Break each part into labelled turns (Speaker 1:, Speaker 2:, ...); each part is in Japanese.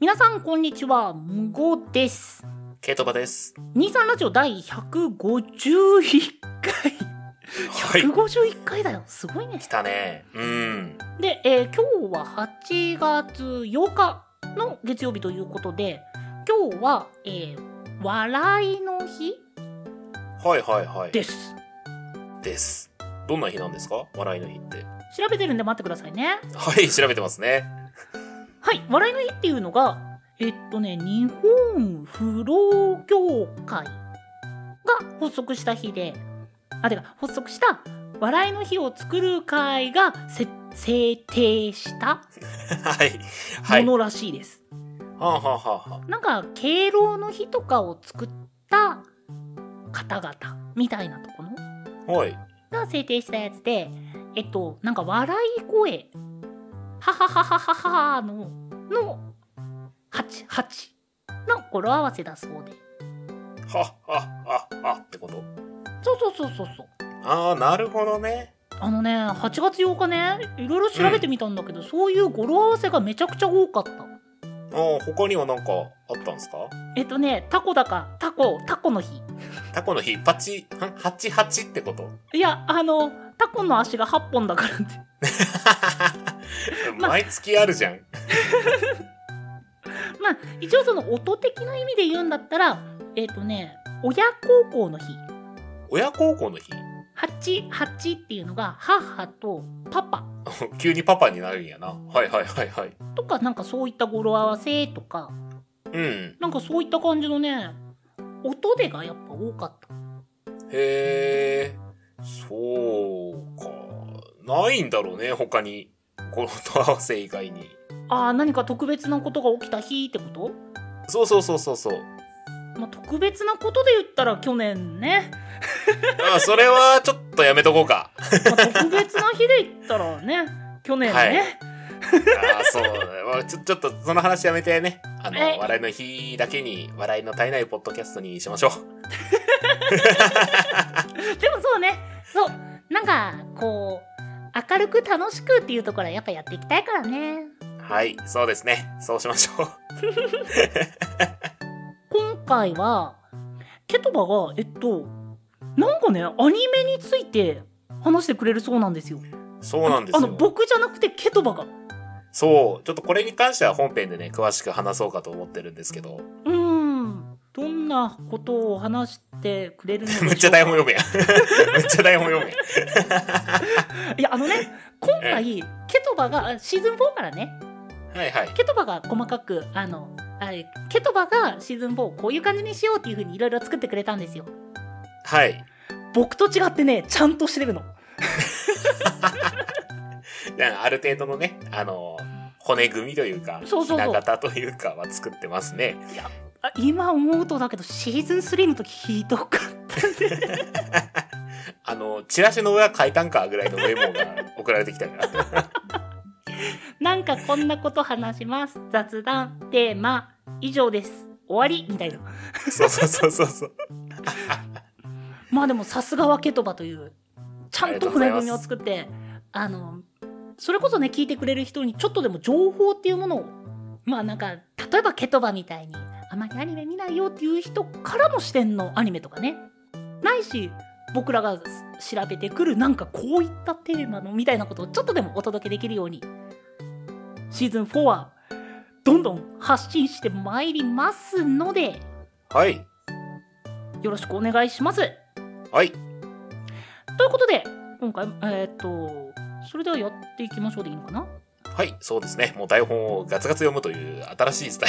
Speaker 1: 皆さんこんにちは、むごです。
Speaker 2: ケイトバです。
Speaker 1: 23ラジオ第151回。
Speaker 2: はい。
Speaker 1: 151回だよ。すごいね
Speaker 2: 来。たね。うん。
Speaker 1: で、えー今日は8月8日の月曜日ということで、今日は、えー笑いの日
Speaker 2: はいはいはい。
Speaker 1: です。
Speaker 2: です。どんな日なんですか笑いの日って。
Speaker 1: 調べてるんで待ってくださいね。
Speaker 2: はい、調べてますね。
Speaker 1: はい、笑いの日っていうのが、えっとね、日本不老協会が発足した日で、あ、てか、発足した笑いの日を作る会がせ制定した
Speaker 2: はい。は
Speaker 1: も
Speaker 2: い。は
Speaker 1: のらしいです。
Speaker 2: あ、はあはあは
Speaker 1: なんか、敬老の日とかを作った方々みたいなところ
Speaker 2: あ、はい。
Speaker 1: が制定したやつで、えっと、なんか笑い声、はははははははの、の、8、8の語呂合わせだそうで。
Speaker 2: はっはっはっはってこと。
Speaker 1: そうそうそうそうそう。
Speaker 2: ああ、なるほどね。
Speaker 1: あのね、8月8日ね、いろいろ調べてみたんだけど、そういう語呂合わせがめちゃくちゃ多かった。
Speaker 2: ああ、他にはなんかあったんですか
Speaker 1: えっとね、タコだか、タコ、タコの日。
Speaker 2: タコの日、パチ、はハチハチって こと。
Speaker 1: いや、あの、タコの足が8本だからって。まあ
Speaker 2: 毎月あるじゃん。
Speaker 1: まあ、一応その音的な意味で言うんだったら、えっとね、親孝行の日。
Speaker 2: 親孝行の日
Speaker 1: 八八っていうのが母とパパ
Speaker 2: 急にパパになるんやな。はいはいはいはい。
Speaker 1: とかなんかそういった語呂合わせとか
Speaker 2: うん。
Speaker 1: なんかそういった感じのね音でがやっぱ多かった
Speaker 2: へえ、そうか。ないんだろうね、他に。語呂と合わせ以外に。
Speaker 1: あー何か特別なことが起きた日ってこと、
Speaker 2: そうそうそうそうそう。
Speaker 1: まあ、特別なことで言ったら去年ね、
Speaker 2: あ、それはちょっとやめとこうか。
Speaker 1: まあ、特別な日で言ったら ね去年ね、
Speaker 2: はいあ、そうだねまあちょ。ちょっとその話やめてね。あの、
Speaker 1: はい
Speaker 2: 笑いの日だけに、笑いの絶えないポッドキャストにしましょう。
Speaker 1: でもそうねそうなんかこう明るく楽しくっていうところはやっぱやっていきたいからね
Speaker 2: はい、そうですね。そうしましょう。
Speaker 1: 今回はケトバがえっとなんかねアニメについて話してくれるそうなんですよ
Speaker 2: そうなんです
Speaker 1: あの
Speaker 2: よ。
Speaker 1: 僕じゃなくてケトバが
Speaker 2: そう。ちょっとこれに関しては本編でね、詳しく話そうかと思ってるんですけど。
Speaker 1: うーんどんなことを話してくれるのでしょうか
Speaker 2: めっちゃ台本読めや。めっちゃ台本読めや。
Speaker 1: いやあのね今回ケトバがシーズン4からね
Speaker 2: はいはい。
Speaker 1: ケトバが細かくあのあれケトバがシーズン4をこういう感じにしようっていう風にいろいろ作ってくれたんですよ
Speaker 2: はい。
Speaker 1: 僕と違ってねちゃんとしてるの
Speaker 2: だからある程度のね、あの、骨組みというか、
Speaker 1: そうそうそう
Speaker 2: ひな形というかは作ってますね。
Speaker 1: あ今思うとだけどシーズン3の時ひどかったね
Speaker 2: あの、チラシの裏書いたんかぐらいのメモが送られてき たから。
Speaker 1: なんかこんなこと話します。雑談、テーマ、以上です。終わりみたいな。
Speaker 2: そうそうそうそうそう。
Speaker 1: まあでもさすがはケトバという、ちゃんと骨組みを作って、あの、それこそね、聞いてくれる人にちょっとでも情報っていうものを、まあなんか、例えばケトバみたいに、あまりアニメ見ないよっていう人からの視点のアニメとかね。ないし、僕らが調べてくるなんかこういったテーマのみたいなことをちょっとでもお届けできるように、シーズン4はどんどん発信してまいりますので、
Speaker 2: はい。
Speaker 1: よろしくお願いします。
Speaker 2: はい。
Speaker 1: ということで今回えーっとそれではやっていきましょうでいいのかな
Speaker 2: はい。そうですね。もう台本をガツガツ読むという新しいスタ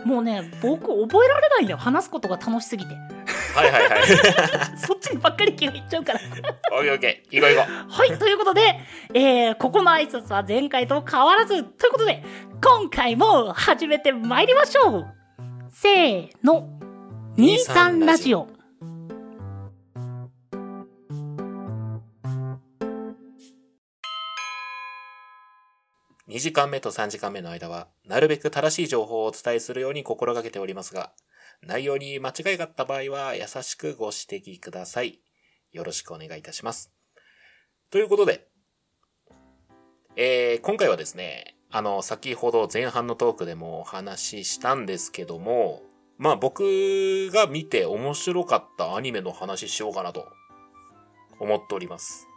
Speaker 2: ル。
Speaker 1: もうね僕覚えられないんだよ話すことが楽しすぎて
Speaker 2: はいはいはい。
Speaker 1: そっちにばっかり気がいっちゃうから
Speaker 2: オッケーオッケー。行こう行こ
Speaker 1: はいということで、えーここの挨拶は前回と変わらずということで今回も始めてまいりましょうせーの23ラジオ
Speaker 2: う。2時間目と3時間目の間は、なるべく正しい情報をお伝えするように心がけておりますが、内容に間違いがあった場合は、優しくご指摘ください。よろしくお願いいたします。ということで、えー今回はですね、あの、先ほど前半のトークでもお話ししたんですけども、まあ僕が見て面白かったアニメの話しようかなと思っております。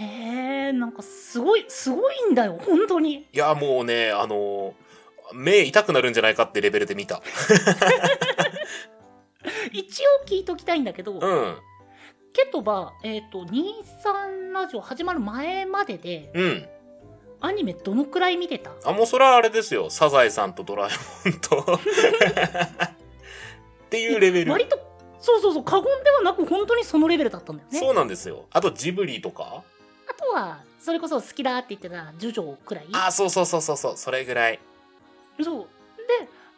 Speaker 1: えー、なんかすごいすごいんだよ本当に
Speaker 2: いや、もうね、あの、目痛くなるんじゃないかってレベルで見た。
Speaker 1: 一応聞いときたいんだけど、
Speaker 2: うん。
Speaker 1: ケトバ、えっ、と、23ラジオ始まる前までで、
Speaker 2: うん。
Speaker 1: アニメどのくらい見てた
Speaker 2: あ、もうそれはあれですよ。サザエさんとドラえもんと。っていうレベル。
Speaker 1: 割と、そうそうそう、過言ではなく、本当にそのレベルだったんだよね。
Speaker 2: そうなんですよ。あとジブリと
Speaker 1: あ
Speaker 2: か
Speaker 1: とは、それこそ好きだって言ってた、ジョジョくらい。
Speaker 2: あ、そうそうそうそうそう。それぐらい。
Speaker 1: そう。で、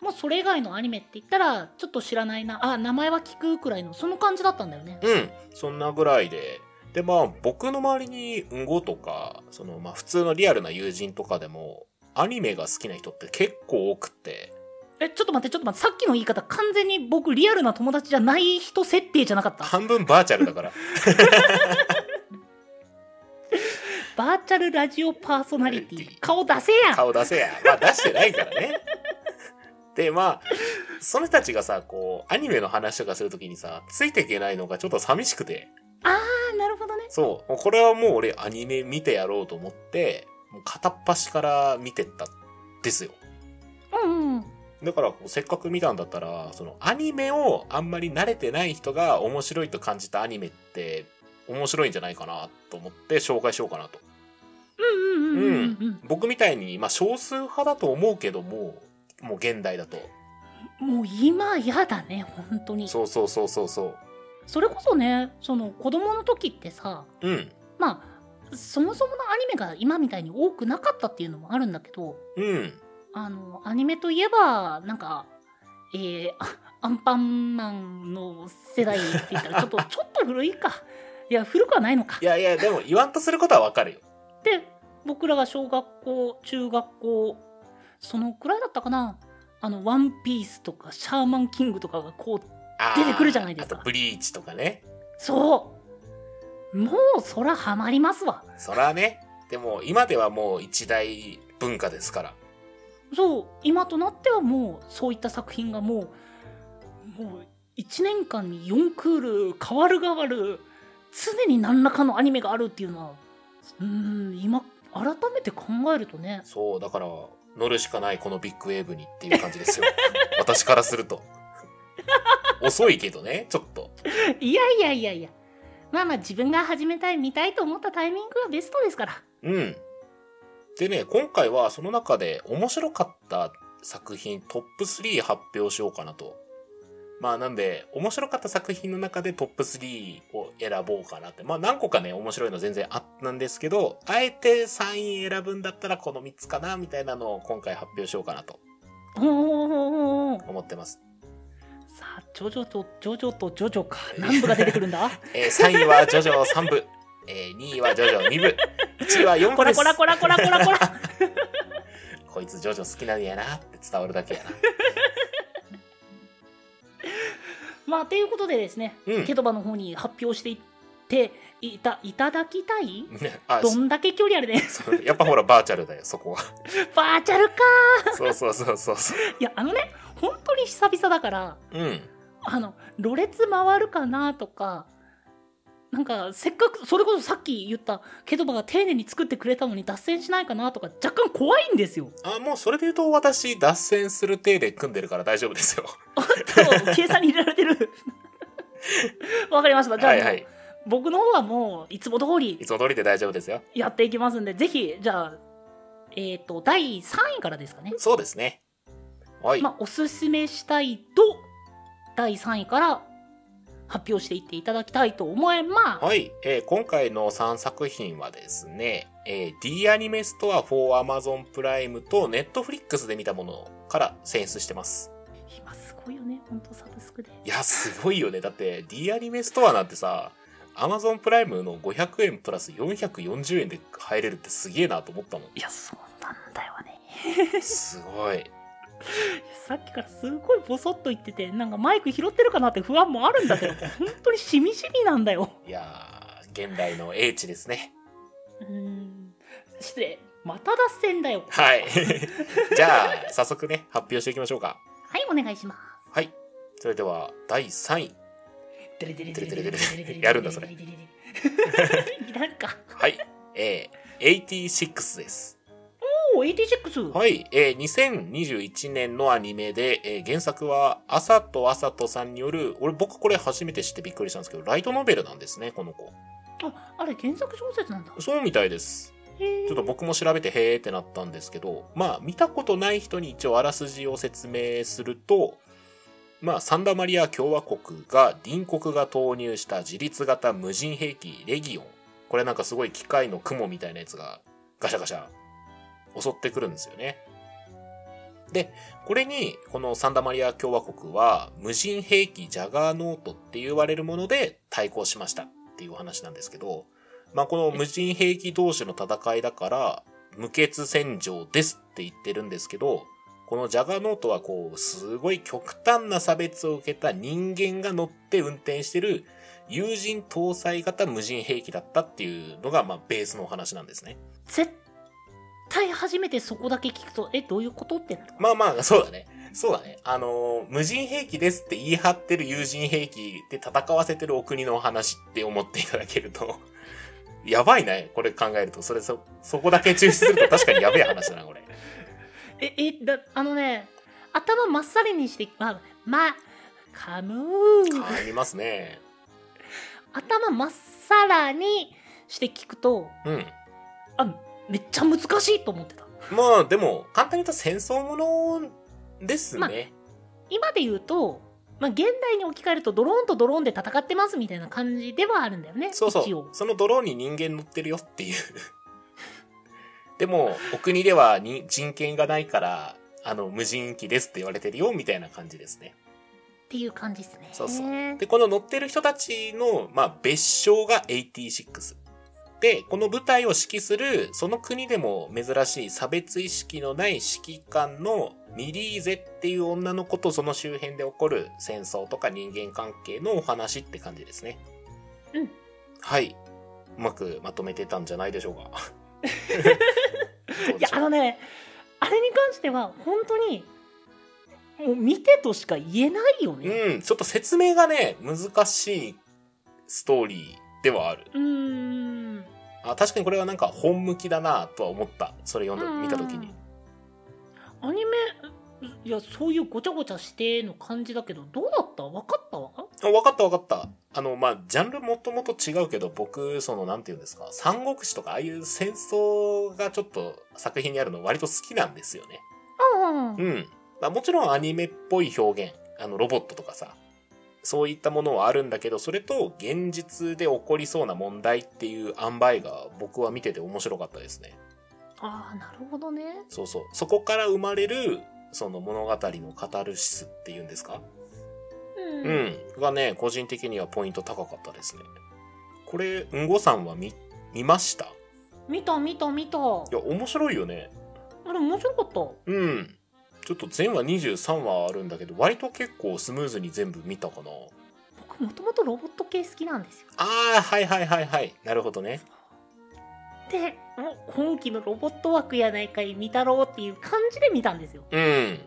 Speaker 1: もうそれ以外のアニメって言ったら、ちょっと知らないな、あ、名前は聞くくらいの、その感じだったんだよね。
Speaker 2: うん。そんなぐらいで。で、まあ、僕の周りに、うんごとか、その、まあ、普通のリアルな友人とかでも、アニメが好きな人って結構多くて。
Speaker 1: え、ちょっと待って、ちょっと待って、さっきの言い方、完全に僕、リアルな友達じゃない人設定じゃなかった。
Speaker 2: 半分バーチャルだから。
Speaker 1: バーチャルラジオパーソナリティ。顔出せや
Speaker 2: 顔出せや。まあ出してないからね。で、まあ、その人たちがさ、こう、アニメの話とかするときにさ、ついていけないのがちょっと寂しくて。
Speaker 1: あー、なるほどね。
Speaker 2: そう。もうこれはもう俺アニメ見てやろうと思って、もう片っ端から見てったんですよ。
Speaker 1: うんうん。
Speaker 2: だからこう、せっかく見たんだったら、そのアニメをあんまり慣れてない人が面白いと感じたアニメって、面白いんじゃないかなと思って紹介しようかなと。
Speaker 1: うんうんうんうんうん。
Speaker 2: 僕みたいに、まあ少数派だと思うけども、もう現代だと。
Speaker 1: もう今やだね本当にそ
Speaker 2: そうそうそうそうそう。
Speaker 1: れこそねその子供の時ってさ
Speaker 2: うん。
Speaker 1: まあそもそものアニメが今みたいに多くなかったっていうのもあるんだけど
Speaker 2: うん。
Speaker 1: あのアニメといえばなんかえー、 あアンパンマンの世代って言ったらちょっとちょっと古いかいや古くはないのか
Speaker 2: いやいや、でも言わんとすることはわかるよ。
Speaker 1: で僕らが小学校中学校そのくらいだったかなあの「ワンピースとか「シャーマンキング」とかがこう
Speaker 2: あー
Speaker 1: 出てくるじゃないですか
Speaker 2: あとブリーチとかね。
Speaker 1: そうもうそらハマりますわ
Speaker 2: そらね。でも今ではもう一大文化ですから。
Speaker 1: そう今となってはもうそういった作品がもうもう1年間に4クール変わる変わる常に何らかのアニメがあるっていうのはうーん今改めて考えるとね
Speaker 2: そう、だから、乗るしかないこのビッグウェーブにっていう感じ ですよ。私からすると。遅いけどね、ちょっと。
Speaker 1: いやいやいやいやまあまあ自分が始めたい見たいと思ったタイミングがベストですから
Speaker 2: うん。でね、今回はその中で面白かった作品トップ3発表しようかなと。まあなんで、面白かった作品の中でトップ3を選ぼうかなって。まあ何個かね、面白いの全然あったんですけど、あえて3位選ぶんだったらこの3つかな、みたいなのを今回発表しようかなと
Speaker 1: おーおーおーおー
Speaker 2: 思ってます。
Speaker 1: さあジョジョとジョジョとジョジョか何部が出てくるん だ
Speaker 2: えー3位はジョジョ3部。えー2位はジョジョ2部。1位は4
Speaker 1: こ
Speaker 2: 部
Speaker 1: ら
Speaker 2: です
Speaker 1: こ。らこらこらこらこら
Speaker 2: こいつジョジョ好きなんやなって伝わるだけやな。
Speaker 1: まあということでですね、
Speaker 2: うん
Speaker 1: ケトバの方に発表していっていたいただきたい
Speaker 2: あ、
Speaker 1: どんだけ距離あるね
Speaker 2: そうやっぱほらバーチャルだよそ こは
Speaker 1: バーチャルか
Speaker 2: そうそうそうそうそう
Speaker 1: いやあのね本当に久々だから
Speaker 2: うん
Speaker 1: あのろれつ回るかなとかなんかせっかくそれこそさっき言ったケトバが丁寧に作ってくれたのに脱線しないかなとか若干怖いんです よ。
Speaker 2: あもうそれで言うと私脱線する手で組んでるから大丈夫ですよ
Speaker 1: あと計算に入れられてる わかりましたじゃあ、
Speaker 2: はいはい
Speaker 1: 僕の方はもういつも通り
Speaker 2: いつも通りで大丈夫ですよ
Speaker 1: やっていきますんで、ぜひ、じゃあ、えっ、と、第3位からですかね。
Speaker 2: そうですねはい、
Speaker 1: まあ、おすすめしたいと、第3位から発表していっていただきたいと思いま
Speaker 2: はい、えー今回の3作品はですね、えー D アニメストア for Amazon プライムと Netflix で見たものから選出してます
Speaker 1: す。今すごいよね、本当サブスクで。
Speaker 2: いやすごい よねだって D アニメストアなんてさ Amazon プライムの500円プラス440円で入れるってすげえなと思ったもん
Speaker 1: いや、そうなんだよね。
Speaker 2: すごい。
Speaker 1: さっきからすごいボソッと言ってて、なんかマイク拾ってるかなって不安もあるん だけど、本当にしみじみなんだよ。
Speaker 2: いやー、現代の英知ですね。
Speaker 1: うーん、失礼。また脱線だよ。
Speaker 2: はい。 じゃあ、早速ね、発表していきましょうか。
Speaker 1: はい、お願いします。
Speaker 2: はい。それでは、第3位。
Speaker 1: デレデレ
Speaker 2: デレデレデレデレデレやるんだそれ。
Speaker 1: い らんか。
Speaker 2: はい。えー、86です。
Speaker 1: おー、86。
Speaker 2: はい。えー、2021年のアニメで、えー原作は、朝と朝とさんによる、俺、僕これ初めて知ってびっくりしたんですけど、ライトノベルなんですね、この子。
Speaker 1: あ、あれ原作小説なんだ。
Speaker 2: そうみたいです。
Speaker 1: へ
Speaker 2: ちょっと
Speaker 1: ー
Speaker 2: 僕も調べてへーってなったんですけど、まあ見たことない人に一応あらすじを説明すると、まあサンダマリア共和国が隣国が投入した自立型無人兵器レギオン。これなんかすごい機械の雲みたいなやつがガシャガシャ襲ってくるんですよね。で、これにこのサンダマリア共和国は無人兵器ジャガーノートって言われるもので対抗しましたっていうお話なんですけど、まあ、この無人兵器同士の戦いだから、無血戦場ですって言ってるんですけど、このジャガーノートはこう、すごい極端な差別を受けた人間が乗って運転してる有人搭載型無人兵器だったっていうのが、まあ、ベースのお話なんですね。
Speaker 1: 絶対初めてそこだけ聞くと、え、どういうことってなる。
Speaker 2: まあまあ、そうだね。そうだね。あのー無人兵器ですって言い張ってる有人兵器で戦わせてるお国のお話って思っていただけると、 やばいね。これ考えると。それ、そ、そこだけ抽出すると確かにやべえ話だな、これ。
Speaker 1: え、え、だ、あのね、頭まっさりにして、ま、ま、カムー。
Speaker 2: ありますね。
Speaker 1: 頭まっさらにして聞くと、
Speaker 2: うん。
Speaker 1: あ、めっちゃ難しいと思ってた。
Speaker 2: まあ、でも、簡単に言うと戦争ものです
Speaker 1: まあ
Speaker 2: ね。
Speaker 1: 今で言うと、まあ、現代に置き換えるとドローンとドローンで戦ってますみたいな感じではあるんだよね。
Speaker 2: そう
Speaker 1: 一
Speaker 2: そ
Speaker 1: 応
Speaker 2: う。。そのドローンに人間乗ってるよっていう。 でも、お国ではに人権がないから、あの、無人機ですって言われてるよ、みたいな感じですね。
Speaker 1: っていう感じですね。
Speaker 2: そうそうで、この乗ってる人たちの、まあ、別称が86。で、この部隊を指揮する、その国でも珍しい差別意識のない指揮官のミリーゼっていう女の子とその周辺で起こる戦争とか人間関係のお話って感じですね。
Speaker 1: うん。
Speaker 2: はい。うまくまとめてたんじゃないでしょうか。どう
Speaker 1: い
Speaker 2: で
Speaker 1: や
Speaker 2: しょう
Speaker 1: あのねあれに関しては本当にもう見てとしか言えないよね
Speaker 2: うん、ちょっと説明がね、難しいストーリーではある。
Speaker 1: うーん
Speaker 2: あ確かにこれはなんか本向きだなとは思ったそれ読ん
Speaker 1: う
Speaker 2: で
Speaker 1: ん
Speaker 2: 見た時に
Speaker 1: アニメいやそういうごちゃごちゃしての感じだけどどうだった分かったわ
Speaker 2: あ分かった分かったあのまあジャンルもともと違うけど僕そのなんて言うんですか三国志とかああいう戦争がちょっと作品にあるの割と好きなんですよね
Speaker 1: うん
Speaker 2: うん、まあ、もちろんアニメっぽい表現あのロボットとかさそういったものはあるんだけどそれと現実で起こりそうな問題っていう塩梅が僕は見てて面白かったですね
Speaker 1: ああなるほどね
Speaker 2: そうそうそこから生まれるその物語のカタルシスっていうんですか
Speaker 1: うん、
Speaker 2: うん。がね、個人的にはポイント高かったですね。これ、うんごさんは見、見ましたい
Speaker 1: 見た見た見た
Speaker 2: や、面白いよね。
Speaker 1: あれ面白かった
Speaker 2: うん。ちょっと全話23話あるんだけど、割と結構スムーズに全部見たかな。
Speaker 1: 僕もともとロボット系好きなんですよ
Speaker 2: あー、はいはいはいはい。なるほどね。
Speaker 1: でもう今期のロボット枠やないかい見たろうっていう感じで見たんですよ
Speaker 2: うん。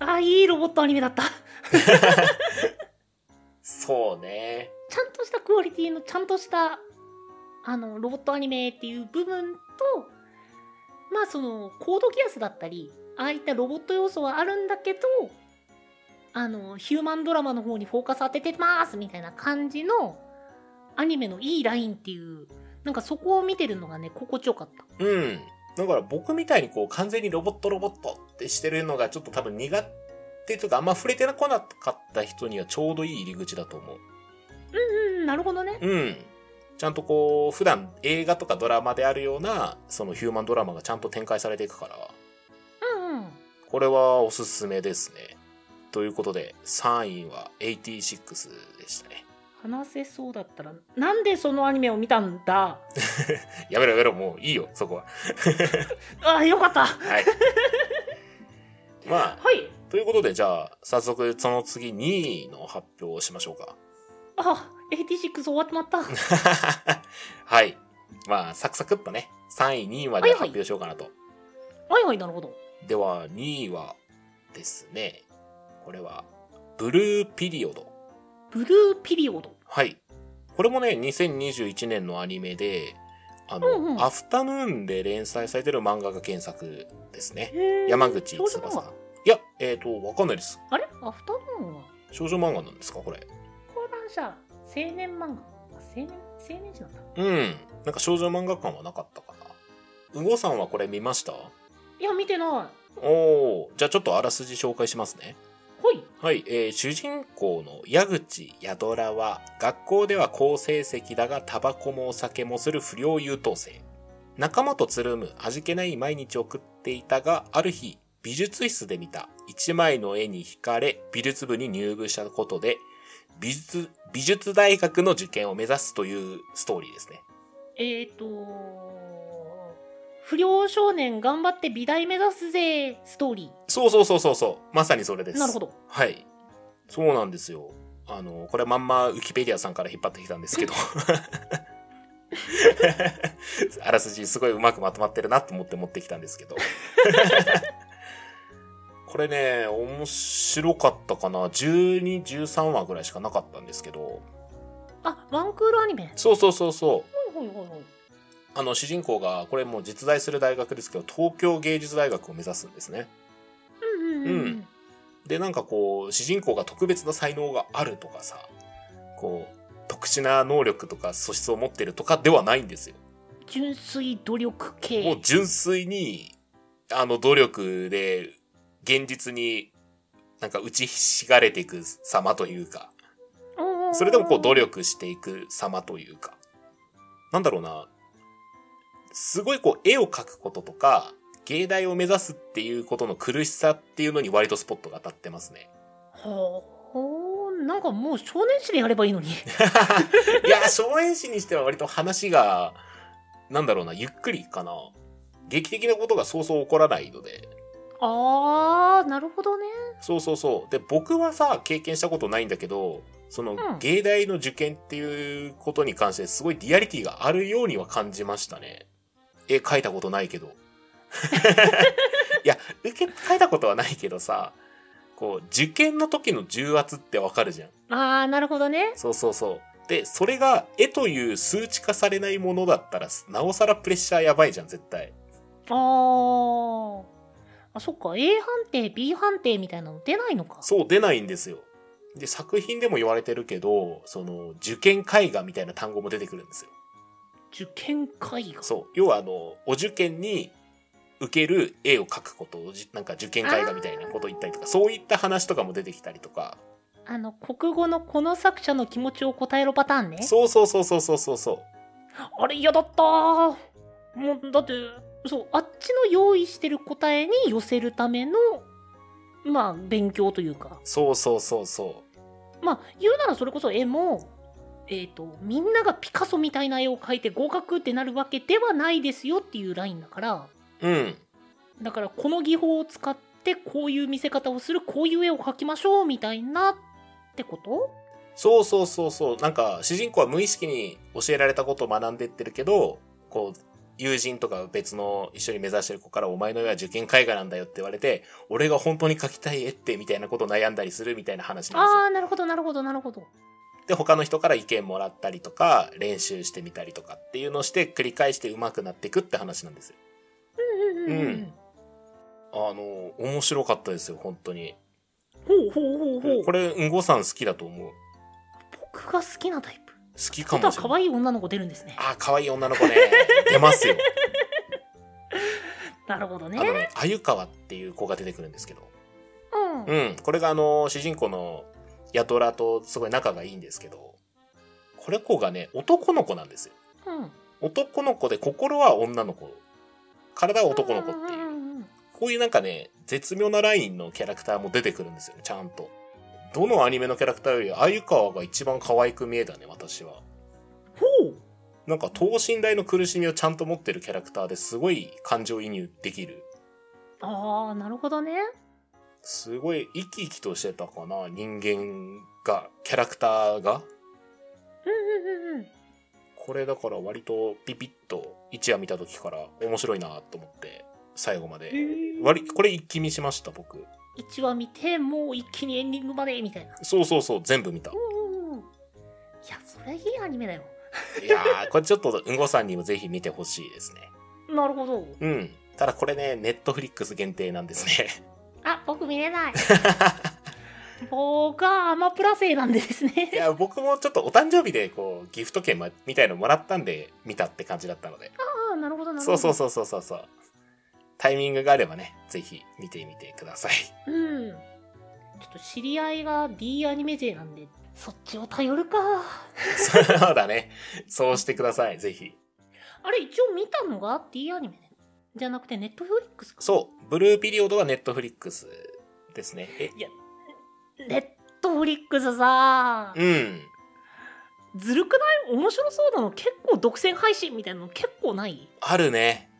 Speaker 1: ああいいロボットアニメだった
Speaker 2: そうね。
Speaker 1: ちゃんとしたクオリティのちゃんとしたあのロボットアニメっていう部分とまあそのコードギアスだったりああいったロボット要素はあるんだけどあのヒューマンドラマの方にフォーカス当ててますみたいな感じのアニメのいいラインっていうなんかそこを見てるのがね心地よかった
Speaker 2: うん。だから僕みたいにこう完全にロボットロボットってしてるのがちょっと多分苦手というかあんま触れてこなかった人にはちょうどいい入り口だと思う。
Speaker 1: うんうんなるほどね
Speaker 2: うん。ちゃんとこう、普段映画とかドラマであるような、そのヒューマンドラマがちゃんと展開されていくから、
Speaker 1: うんうん
Speaker 2: これはおすすめですね。ということで、3位は86でしたね。
Speaker 1: 話せそうだったらなんでそのアニメを見たんだ
Speaker 2: やめろやめろ、もういいよ、そこは。
Speaker 1: ああよかったは
Speaker 2: はい。まあ、
Speaker 1: い
Speaker 2: ということで、じゃあ、早速、その次2位の発表をしましょうか。
Speaker 1: あ86終わってまった
Speaker 2: はい。まあ、サクサクっとね、 3位、2位まで発表しようかなと。
Speaker 1: はいはい、なるほど。
Speaker 2: では、2位はですね、これは、ブルーピリオド。
Speaker 1: ブルーピリオド。
Speaker 2: はい。これもね、2021年のアニメで、あの、
Speaker 1: うんうん
Speaker 2: アフタヌーンで連載されてる漫画が原作ですね。
Speaker 1: へー
Speaker 2: 山口
Speaker 1: 少女漫
Speaker 2: 翼
Speaker 1: 画。
Speaker 2: いや、えっ、と、わかんないです。
Speaker 1: あれアフタヌーンは
Speaker 2: 少女漫画なんですか、これ。
Speaker 1: 講談社青年漫画あ青年青年誌なんだ
Speaker 2: うん。なんか少女漫画感はなかったかな。うごさんはこれ見ました
Speaker 1: いや見てないは
Speaker 2: おー。じゃあちょっとあらすじ紹介しますね。
Speaker 1: い
Speaker 2: はい、えー主人公の矢口矢虎は学校では好成績だがタバコもお酒もする不良優等生仲間とつるむ味気ない毎日を送っていたがある日美術室で見た一枚の絵に惹かれ美術部に入部したことで美術美術大学の受験を目指すというストーリーですね
Speaker 1: えっ、ー、と不良少年頑張って美大目指すぜストーリ
Speaker 2: そうそうそうそうそうまさにそれで
Speaker 1: ー
Speaker 2: す
Speaker 1: なるほど
Speaker 2: はいそうなんですよあのこれまんまウィキペディアさんから引っ張ってきたんですけどあらすじすごいうまくまとまってるなと思って持ってきたんですけどこれね面白かったかな1213話ぐらいしかなかったんですけど
Speaker 1: あワンクールアニメ
Speaker 2: そうそうそうそう
Speaker 1: ほいほいほいほい
Speaker 2: あの主人公がこれもう実在する大学ですけど東京芸術大学を目指すんですね
Speaker 1: うんうんうん、
Speaker 2: うでなんかこう主人公が特別な才能があるとかさこう特殊な能力とか素質を持ってるとかではないんですよ。
Speaker 1: 純粋努力
Speaker 2: もう
Speaker 1: 系
Speaker 2: 純粋にあの努力で現実になんか打ちひしがれていく様というかそれでもこう努力していく様というかなんだろうなすごいこう絵を描くこととか芸大を目指すっていうことの苦しさっていうのに割とスポットが当たってますね。
Speaker 1: ほうなんかもう少年誌でやればいい のに
Speaker 2: いや、荘園誌にしては割と話が、なんだろうな、ゆっくりかな。劇的なことがそうそう起こらないので。
Speaker 1: あーなるほどね
Speaker 2: そうそうそう。で、僕はさ、経験したことないんだけど、その、
Speaker 1: ん
Speaker 2: 芸大の受験っていうことに関して、すごいリアリティがあるようには感じましたね。絵描いたことないけど。いや、受け、描いたことはないけどさ、こう、受験の時の重圧ってわかるじゃん。
Speaker 1: あーなるほどね
Speaker 2: そうそうそう。で、それが絵という数値化されないものだったら、なおさらプレッシャーやばいじゃん、絶対。
Speaker 1: あーあそっか A 判定 B 判定みたいなの出ないのか
Speaker 2: そう、出ないんですよ。で、作品でも言われてるけど、その、受験絵画みたいな単語も出てくるんですよ。
Speaker 1: 受験絵画
Speaker 2: そう。要は、あの、お受験に受ける絵を描くことを、じなんか受験絵画みたいなことを言ったりとか、そういった話とかも出てきたりとか、
Speaker 1: あの国語のこの作者の気持ちを答えろパターンね
Speaker 2: そうそうそうそうそうそうそう。
Speaker 1: あれ嫌だったーもうだってそうあっちの用意してる答えに寄せるためのまあ勉強というか
Speaker 2: そうそうそうそう。
Speaker 1: まあ言うならそれこそ絵もえっ、とみんながピカソみたいな絵を描いて合格ってなるわけではないですよっていうラインだから
Speaker 2: うん。
Speaker 1: だからこの技法を使ってこういう見せ方をするこういう絵を描きましょうみたいなってこと
Speaker 2: そうそうそうそう。なんか、主人公は無意識に教えられたことを学んでってるけど、こう、友人とか別の一緒に目指してる子からお前の絵は受験絵画なんだよって言われて、俺が本当に描きたい絵ってみたいなことを悩んだりするみたいな話なんですよ。
Speaker 1: ああなるほどなるほどなるほど
Speaker 2: で、他の人から意見もらったりとか、練習してみたりとかっていうのをして繰り返して上手くなっていくって話なんですよ。
Speaker 1: うんうんうんう
Speaker 2: うんんあの、面白かったですよ、本当に。
Speaker 1: ほうほうほうほう
Speaker 2: これ、うんごさん好きだと思う。好
Speaker 1: 僕が好きなタイプ
Speaker 2: きか
Speaker 1: あと
Speaker 2: も
Speaker 1: は
Speaker 2: しれ
Speaker 1: 可
Speaker 2: ない。
Speaker 1: 愛い女の子出るんですね
Speaker 2: ああ、可愛い女の子ね。出ますよ。
Speaker 1: なるほどね
Speaker 2: あのね、あゆかわっていう子が出てくるんですけど。
Speaker 1: うん
Speaker 2: うん、これがあの、主人公のヤトラとすごい仲がいいんですけど、これ子がね、男の子なんですよ。
Speaker 1: うん
Speaker 2: 男の子で心は女の子。体は男の子っていう。
Speaker 1: んんん
Speaker 2: こういうなんかね、絶妙なラインのキャラクターも出てくるんですよね、ちゃんと。どのアニメのキャラクターより、あゆかわが一番可愛く見えたね、私は。
Speaker 1: ほう
Speaker 2: なんか、等身大の苦しみをちゃんと持ってるキャラクターですごい感情移入できる。
Speaker 1: ああなるほどね
Speaker 2: すごい生き生きとしてたかな人間がキャラクター
Speaker 1: う
Speaker 2: が
Speaker 1: んうんうんうん
Speaker 2: これだから割とピピッと一夜見た時から面白いなと思って最後まで割これ一気見しました僕
Speaker 1: 1話見てもう一気にエンディングまでみたいな
Speaker 2: そうそうそう全部見た
Speaker 1: うんいやそれいいアニメだよ
Speaker 2: いやーこれちょっとうんごさんにもぜひ見てほしいですね
Speaker 1: なるほど
Speaker 2: うんただこれねネットフリックス限定なんですね
Speaker 1: あ僕見れない 僕はアマプラ生なんでですね
Speaker 2: いや僕もちょっとお誕生日でこうギフト券まみたいのもらったんで見たって感じだったので
Speaker 1: ああなるほどなるほ
Speaker 2: そう
Speaker 1: ど
Speaker 2: そうそうそうそうそうタイミングがあればねぜひ見てみてください
Speaker 1: うん。ちょっと知り合いが D アニメ勢なんで、そっちを頼るか。
Speaker 2: そうだねそうしてくださいぜひ
Speaker 1: あれ、一応見たのが D アニメじゃなくて、ネットフリックスか。
Speaker 2: そう、ブルーピリオドはネットフリックスですね。え、
Speaker 1: いや、ネットフリックスさ、
Speaker 2: うん。
Speaker 1: ずるくない面白そうなの結構独占配信みたいなの結構ない
Speaker 2: あるね。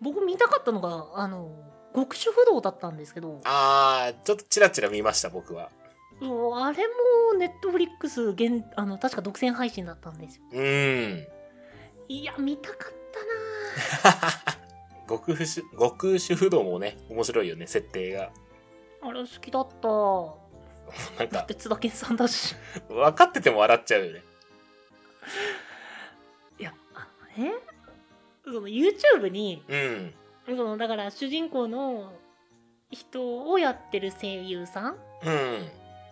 Speaker 1: 僕見たかったのが、あの、極主不動だったんですけど、
Speaker 2: あー、ちょっとチラチラ見ました、僕は。
Speaker 1: もうあれもネットフリックス現、あの、確か独占配信だったんですよ。
Speaker 2: うん。
Speaker 1: いや、見たかったな
Speaker 2: 極不主、極主不動もね、面白いよね、設定が。
Speaker 1: あれ好きだった。
Speaker 2: なん
Speaker 1: だっ
Speaker 2: か、
Speaker 1: て津田健さんだし。
Speaker 2: 分かってても笑っちゃうよね。
Speaker 1: いや、あのね、その YouTube に、
Speaker 2: うん。
Speaker 1: そのだから主人公の人をやってる声優さん、
Speaker 2: うん。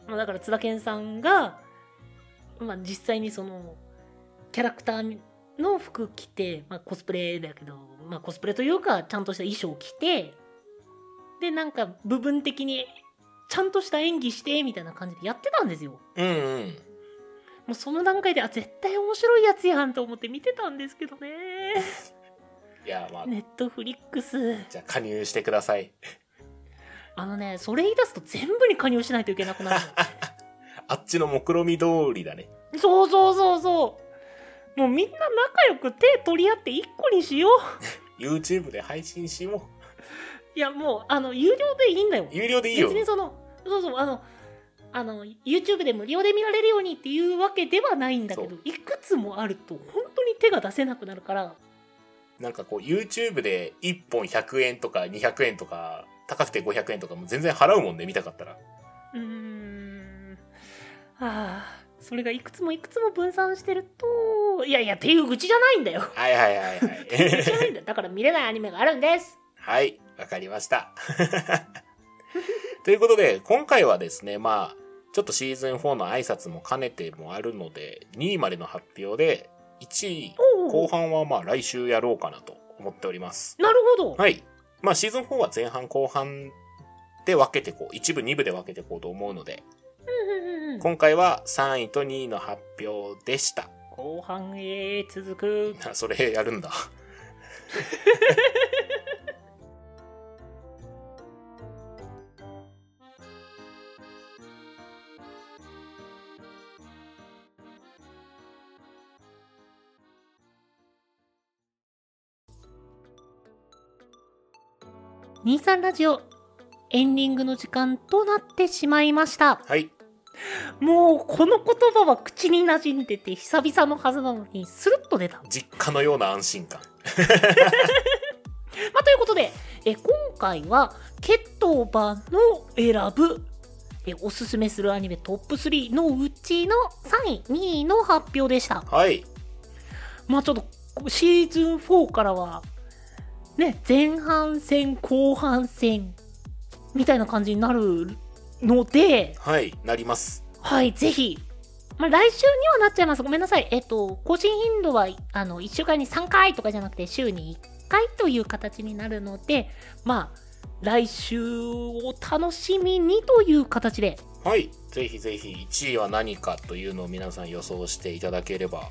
Speaker 1: まあ、だから津田健さんが、まあ、実際にそのキャラクターの服着て、まあ、コスプレだけど、まあ、コスプレというかちゃんとした衣装着てでなんか部分的にちゃんとした演技してみたいな感じでやってたんですよ。
Speaker 2: うんうん。
Speaker 1: もうその段階であ絶対面白いやつやんと思って見てたんですけどね。
Speaker 2: いや、まあ、
Speaker 1: ネットフリックス。
Speaker 2: じゃあ加入してください。
Speaker 1: あのね、それ言い出すと全部に加入しないといけなくなる
Speaker 2: あっちの目論見通りだね。
Speaker 1: の。 そうそうそうそう。もうみんな仲良く手取り合って一個にしよ
Speaker 2: YouTube で配信しも
Speaker 1: う。いやもう、あの、有料でいいんだよ
Speaker 2: う。。有料でいいよ
Speaker 1: 別。にその、そうそう、あの、あの、YouTube で無料で見られるようにっていうわけではないんだけ
Speaker 2: そ
Speaker 1: ど、いくつもあると本当に手が出せなくなるから、
Speaker 2: なんかこう YouTube で1本100円とか200円とか高くて500円とかも全然払うもんね見たかったら
Speaker 1: うーん、ああ、それがいくつもいくつも分散してると、いやいや、っていう愚痴じゃないんだ よ。
Speaker 2: はいはいはいは
Speaker 1: 愚痴じゃ
Speaker 2: い
Speaker 1: ないんだよ。だから見れないアニメがあるんです。
Speaker 2: はいわかりました ということで今回はですねまあちょっとシーズン4の挨拶も兼ねてもあるので2位までの発表で1位
Speaker 1: おう
Speaker 2: 後半はまあ来週やろうかなと思っております
Speaker 1: なるほど。
Speaker 2: はい。まあ、シーズン4は前半後半で分けてこう、一部二部で分けてこうと思うので、
Speaker 1: うんうんうんうん
Speaker 2: 今回は3位と2位の発表でした。
Speaker 1: 後半へ続く。
Speaker 2: あそれやるんだ。
Speaker 1: 23ラジオ、エンディングの時間となってしまいました。
Speaker 2: はい。
Speaker 1: もう、この言葉は口に馴染んでて久々のはずなのに、スルッと出た。
Speaker 2: 実家のような安心感。
Speaker 1: まあ、ということで、え今回は、ケットバの選ぶ、えおすすめするアニメトップ3のうちの3位、2位の発表でした。
Speaker 2: はい。
Speaker 1: まあちょっと、シーズン4からは、ね、前半戦、後半戦、みたいな感じになるので、
Speaker 2: はい。なります。
Speaker 1: はい、ぜひ、まあ来週にはなっちゃいます。ごめんなさい。えっと、更新頻度は、あの、1週間に3回とかじゃなくて、週に1回という形になるので、まあ、来週を楽しみにという形で、
Speaker 2: はい。ぜひぜひ1位は何かというのを皆さん予想していただければ、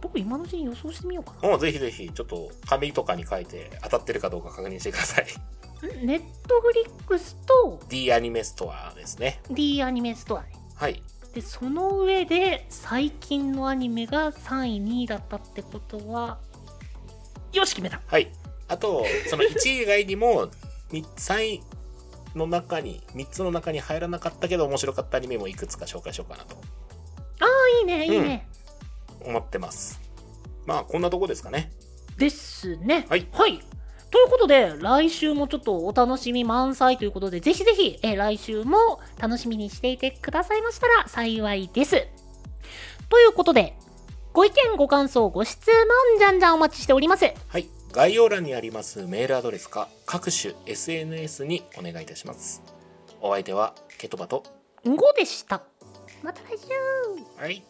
Speaker 1: 僕今のうちに予想してみようかな。
Speaker 2: もうぜひぜひちょっと紙とかに書いて当たってるかどうか確認してください。
Speaker 1: んネットフリックスと
Speaker 2: D アニメストアですね。
Speaker 1: D アニメストアね。
Speaker 2: はい。
Speaker 1: でその上で最近のアニメが3位2位だったってことはよし決めた
Speaker 2: はい。あと、その1位以外にも、み3位の中に、3つの中に入らなかったけど面白かったアニメもいくつか紹介しようかなと
Speaker 1: いいねいいね、
Speaker 2: 思ってます。まあ、こんなとこですかね。
Speaker 1: ですね。
Speaker 2: はい
Speaker 1: ということで、来週もちょっとお楽しみ満載ということで、ぜひぜひ、えー来週も楽しみにしていてくださいましたら幸いです。ということで、ご意見、ご感想、ご質問、じゃんじゃんお待ちしております。
Speaker 2: はい。概要欄にありますメールアドレスか、各種 SNS にお願いいたします。お相手は、ケトバと、
Speaker 1: んごでした。また来週
Speaker 2: はい。